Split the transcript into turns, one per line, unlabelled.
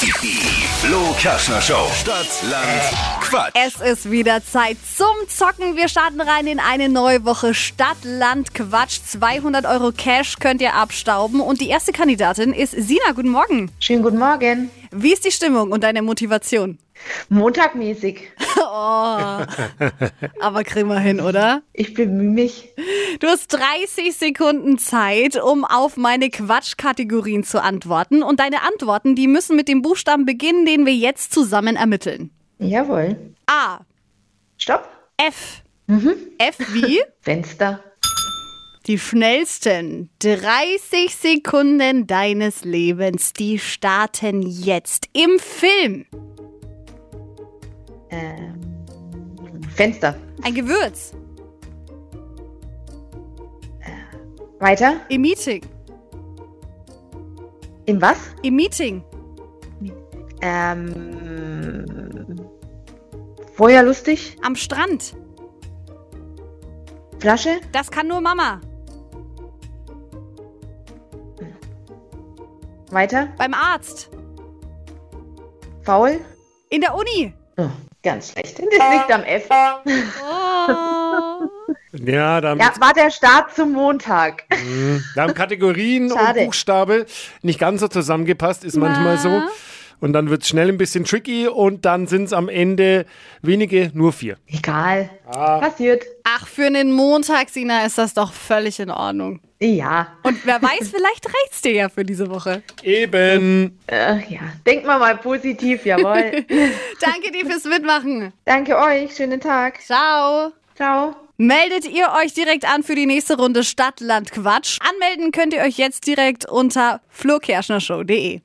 Die Flo Kaschner Show. Stadt, Land, Quatsch.
Es ist wieder Zeit zum Zocken. Wir starten rein in eine neue Woche Stadt, Land, Quatsch. 200 Euro Cash könnt ihr abstauben. Und die erste Kandidatin ist Sina. Guten Morgen.
Schönen guten Morgen.
Wie ist die Stimmung und deine Motivation?
Montagmäßig.
Aber kriegen wir hin, oder?
Ich bemühe mich.
Du hast 30 Sekunden Zeit, um auf meine Quatschkategorien zu antworten. Und deine Antworten, die müssen mit dem Buchstaben beginnen, den wir jetzt zusammen ermitteln.
Jawohl.
A.
Stopp.
F. F wie?
Fenster.
Die schnellsten 30 Sekunden deines Lebens, die starten jetzt im Film.
Ähm, Fenster.
Ein Gewürz,
Weiter.
im Meeting,
Im was?
im Meeting,
Ähm, Feuer lustig.
am Strand.
Flasche.
Das kann nur Mama.
Weiter.
Beim Arzt,
Faul.
in der Uni.
Oh, ganz schlecht. Das liegt am F.
Oh.
Ja, da haben,
Ja, war der Start zum Montag.
da haben Kategorien
Schade.
und Buchstabe nicht ganz so zusammengepasst, ist manchmal
Na.
so. Und dann wird es schnell ein bisschen tricky und dann sind es am Ende wenige, nur vier.
Egal. Passiert.
Ach, für einen Montag, Sina, ist das doch völlig in Ordnung.
Ja.
Und wer weiß, vielleicht reicht's dir ja für diese Woche.
Eben.
Ach Äh, ja. Denkt mal mal positiv. Jawohl.
Danke dir fürs Mitmachen.
Danke euch. Schönen Tag.
Ciao.
Ciao.
Meldet ihr euch direkt an für die nächste Runde Stadt, Land, Quatsch. Anmelden könnt ihr euch jetzt direkt unter flokerschnershow.de.